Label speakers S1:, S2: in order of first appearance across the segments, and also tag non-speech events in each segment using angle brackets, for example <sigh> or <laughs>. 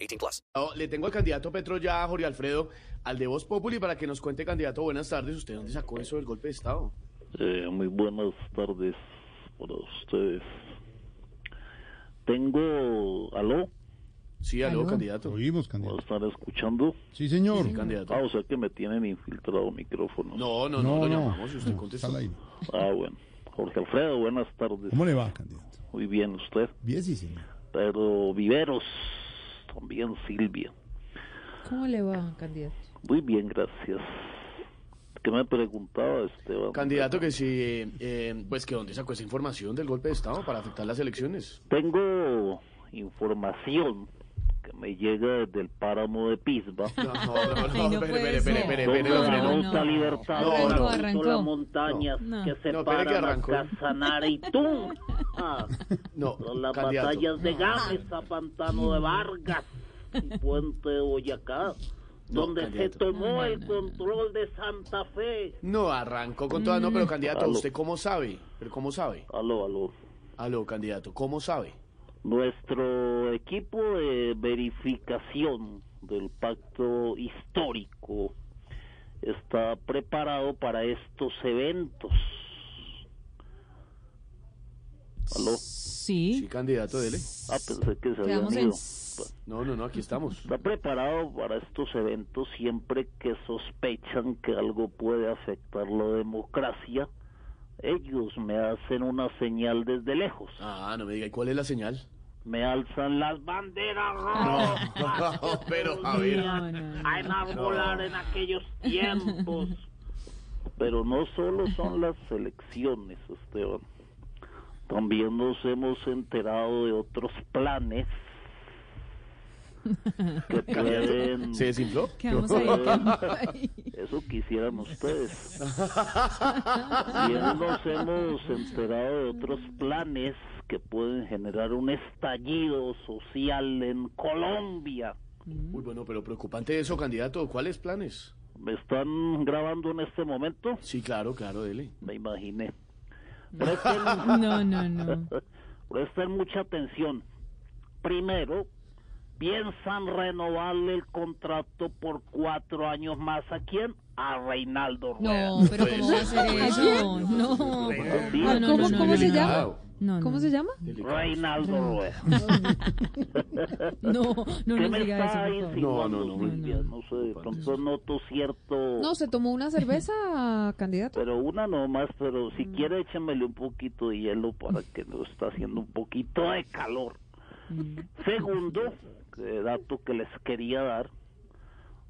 S1: 18 plus.
S2: Oh, Le tengo al candidato Petro ya, Jorge Alfredo, al de Voz Populi, para que nos cuente, candidato, buenas tardes. ¿Usted dónde sacó eso del golpe de Estado?
S3: Eh, muy buenas tardes para ustedes. Tengo... ¿Aló?
S2: Sí, aló, candidato.
S4: Lo oímos,
S3: ¿Lo
S4: candidato.
S3: están escuchando?
S4: Sí, señor.
S2: Candidato.
S3: Ah, o sea que me tienen infiltrado micrófono.
S2: No, no, no,
S4: No,
S2: lo
S4: no.
S2: llamamos y usted
S4: No,
S2: contestó.
S4: está al aire.
S3: Ah, bueno. Jorge Alfredo, buenas tardes.
S4: ¿Cómo le va, candidato?
S3: Muy bien, usted.
S4: Bien, sí, señor.
S3: Pero Viveros, también Silvia.
S5: ¿Cómo le va, candidato?
S3: Muy bien, gracias. ¿Qué me preguntaba, Esteban?
S2: Candidato, que si, eh, eh, pues que dónde sacó esa información del golpe de Estado para afectar las
S5: <laughs>
S2: elecciones.
S3: Tengo información que me llega desde el páramo de Pisba.
S2: No, no, no,
S5: Ay, no
S2: espere,
S5: puede
S2: espere,
S5: ser.
S2: espere, espere, espere,
S3: Donde
S5: No,
S2: espere,
S3: la
S5: no,
S2: no.
S3: Monta
S5: no.
S3: Libertad
S2: No, no,
S3: alcanzó
S5: arrancó.
S3: las montañas
S5: No.
S3: que
S2: espere que
S3: separan a
S2: arrancó.
S3: Casanare y Tunja,
S2: No,
S3: son las
S2: candidato.
S3: batallas de Gámez a Pantano de Vargas y Puente de Boyacá,
S2: No,
S3: donde
S2: candidato.
S3: se tomó el control de Santa Fe.
S2: No, arrancó con toda, no, pero candidato,
S3: Aló.
S2: ¿usted cómo sabe? ¿Pero cómo sabe?
S3: Aló, aló.
S2: Aló, candidato, ¿cómo sabe?
S3: Nuestro equipo de verificación del pacto histórico está preparado para estos eventos. Aló.
S2: Sí,
S5: Sí.
S2: candidato, dele.
S3: Ah, pensé que se habían
S5: Quedamos en...
S3: ido.
S2: No, no, no, aquí estamos.
S3: Está preparado para estos eventos siempre que sospechan que algo puede afectar la democracia. Ellos me hacen una señal desde lejos.
S2: Ah, no me diga, ¿y cuál es la señal?
S3: Me alzan las banderas
S5: Ah.
S2: No,
S3: rojas.
S2: no, <laughs> pero a ver.
S5: No, no, no.
S3: a enarbolar en aquellos tiempos. Pero no solo son las elecciones, Esteban. También nos hemos enterado de otros planes que pueden...
S2: ¿Se desinfló?
S5: Quedamos
S2: <laughs>
S5: ahí, quedamos ahí.
S3: Eso quisieran ustedes. También nos hemos enterado de otros planes que pueden generar un estallido social en Colombia.
S2: Uy, bueno, pero preocupante eso, candidato. ¿Cuáles planes?
S3: ¿Me están grabando en este momento?
S2: Sí, claro, claro, dele.
S3: Me imaginé. Presten,
S5: <laughs> No, no, no.
S3: presten mucha atención. Primero, piensan renovarle el contrato por cuatro años más a quién? A Reinaldo Rueda.
S5: No, pero ¿cómo va a ser eso? No. No, no, no,
S6: ¿Cómo-
S5: no,
S6: cómo
S5: no,
S6: se
S5: no.
S6: llama?
S2: Delicado,
S5: No, no,
S6: ¿Cómo se llama?
S2: delicado.
S3: Reinaldo Rueda.
S5: No, no
S3: ¿Qué
S5: nos
S3: me
S5: diga
S3: está
S5: eso, por favor.
S3: insinuando,
S2: No, no, no,
S3: Silvia? No sé, de pronto noto cierto...
S6: No, se tomó una cerveza, <laughs> candidato.
S3: Pero una nomás, pero si quiere échamele un poquito de hielo para que nos está haciendo un poquito de calor. Segundo, eh, dato que les quería dar,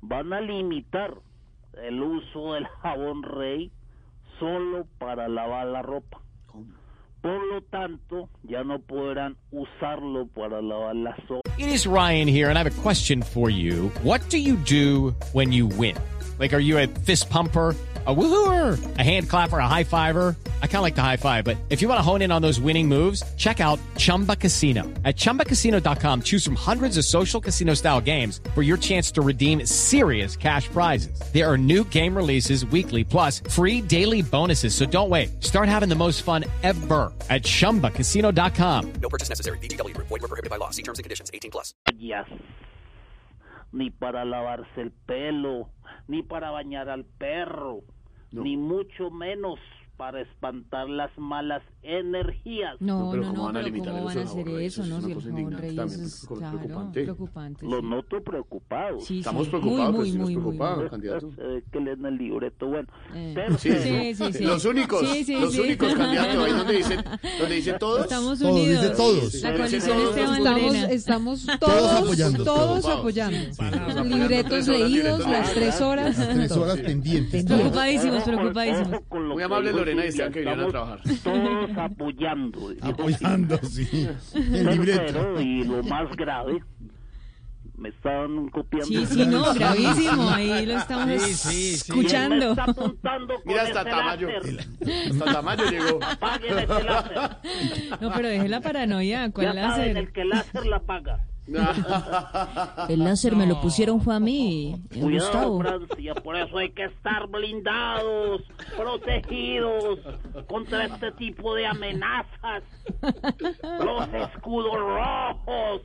S3: van a limitar el uso del jabón rey solo para lavar la ropa. Por lo tanto, ya no podrán usarlo para lavar la sopa.
S7: It is Ryan here, and I have a question for you. What do you do when you win? Like, are you a fist pumper? A woohooer, a hand clapper, a high fiver. I kind of like the high five, but if you want to hone in on those winning moves, check out Chumba Casino. At chumbacasino.com, choose from hundreds of social casino style games for your chance to redeem serious cash prizes. There are new game releases weekly, plus free daily bonuses. So don't wait. Start having the most fun ever at chumbacasino.com.
S1: No purchase necessary. BGW. Void were prohibited by law. See terms and conditions. 18 plus.
S3: toallas, ni para lavarse el pelo, ni para bañar al perro, ni mucho menos para espantar las malas energías.
S5: No,
S2: pero
S5: no,
S2: ¿cómo
S5: no,
S2: van a
S5: pero
S2: limitar el
S5: ¿cómo
S2: uso
S5: van
S2: del
S5: a hacer
S2: jabón rey? Eso
S5: eso?
S2: es
S5: No,
S2: una
S5: si el
S2: cosa
S5: jabón
S2: indignante
S5: rey eso
S2: también,
S5: es
S2: preocu-
S5: claro,
S2: preocupante.
S5: preocupante,
S3: Los
S5: sí.
S3: noto preocupados.
S5: Sí,
S2: Estamos
S5: sí,
S2: preocupados,
S5: muy,
S2: pero sí nos
S5: muy, muy, muy.
S2: preocupados,
S3: Eh,
S2: candidato.
S3: eh, que leen el libreto. Bueno,
S5: Eh.
S3: tercero,
S5: Sí, sí, sí.
S2: Los únicos,
S5: Sí, sí,
S2: los
S5: sí.
S2: únicos, candidato. Ahí donde dice, donde dice todos.
S5: Estamos
S4: Todos, dice
S5: unidos.
S4: todos.
S5: La
S2: Sí,
S5: coalición
S2: todos
S5: Esteban
S6: Estamos,
S5: Morena.
S6: estamos todos,
S4: apoyando,
S6: todos,
S4: todos.
S6: apoyando.
S2: apoyando, tres
S6: Libretos
S2: horas,
S6: leídos,
S2: libretos
S6: las
S2: leídos.
S6: tres horas.
S4: Tres horas pendientes.
S5: Preocupadísimos,
S3: ojo con-
S5: preocupadísimos.
S3: ojo con lo
S2: Muy
S3: que
S2: amables
S3: dijo
S2: Lorena y
S3: Silvia,
S2: Esteban que vinieron a
S3: estamos
S2: trabajar.
S3: Todos apoyando.
S4: Apoyando, sí. El libreto.
S3: Tercero y lo más grave, me están copiando.
S5: Sí, sí, no, gravísimo. Ahí lo estamos
S8: Sí, sí, sí.
S3: ¿Quién me
S5: escuchando.
S3: está apuntando con
S2: Mira, hasta
S3: ese
S2: Tamayo.
S3: láser?
S2: Hasta Tamayo llegó.
S3: Apaguen ese láser.
S5: No, pero deje la paranoia.
S3: Ya
S5: ¿Cuál
S3: saben,
S5: láser?
S3: el que láser la paga.
S9: El láser me lo pusieron fue a mí, eh,
S3: Cuidado,
S9: Gustavo.
S3: Francia, por eso hay que estar blindados, protegidos contra este tipo de amenazas. Los escudos rojos.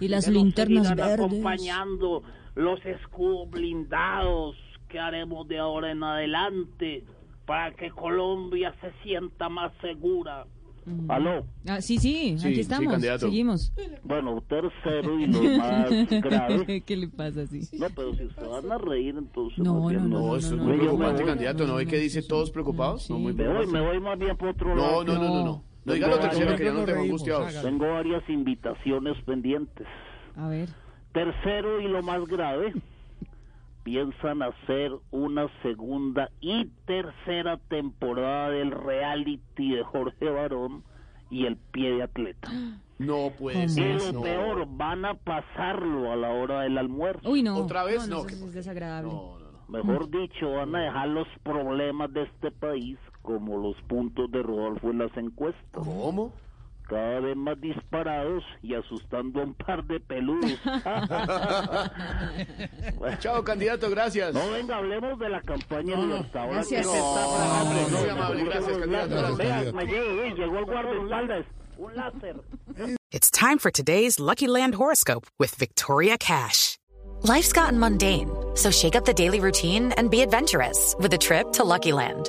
S9: Y las
S3: que nos
S9: linternas
S3: sigan
S9: verdes.
S3: acompañando los escudos blindados que haremos de ahora en adelante para que Colombia se sienta más segura.
S9: Mm.
S3: Aló.
S5: Ah, sí, sí,
S2: Sí,
S5: aquí
S2: sí,
S5: estamos.
S2: candidato.
S5: Seguimos.
S3: Bueno, tercero
S5: <laughs>
S3: y lo más grave.
S5: ¿Qué le pasa así?
S3: No, pero si se van a reír, entonces.
S5: No,
S3: más bien
S5: no,
S2: No, eso es muy
S3: Yo me
S2: preocupante,
S3: voy.
S2: candidato. ¿No ve que dice todos preocupados? No, muy
S3: Me voy, me
S2: preocupante.
S3: voy más bien por otro
S2: No,
S3: lado.
S2: no, no, no, no. No diga lo tercero que ya no tengo angustiados.
S3: Tengo varias invitaciones pendientes.
S5: A ver.
S3: Tercero y lo más grave, piensan hacer una segunda y tercera temporada del reality de Jorge Barón y el pie de atleta.
S2: No puede
S3: Y
S2: ser.
S3: lo
S2: no.
S3: peor, van a pasarlo a la hora del almuerzo.
S5: Uy, no.
S2: ¿Otra vez? No,
S5: No, eso
S2: qué
S5: sí es desagradable.
S2: No, no, no.
S3: Mejor dicho, van a dejar los problemas de este país como los puntos de Rodolfo en las encuestas.
S2: ¿Cómo?
S3: cada vez más disparados y asustando a un par de peludos.
S2: Chao, candidato, gracias.
S3: no, venga, hablemos de la campaña libertadora. que
S6: Gracias.
S3: se está
S2: No,
S3: trabajando.
S2: hombre, muy
S3: Seguro
S2: amable,
S3: que
S2: gracias,
S3: los
S2: candidato,
S3: láseres.
S4: gracias,
S3: Vean, me llevo, uy, llegó el guarda, un láser, un láser.
S10: It's time for today's Lucky Land horoscope with Victoria Cash. Life's gotten mundane, so shake up the daily routine and be adventurous with a trip to Lucky Land.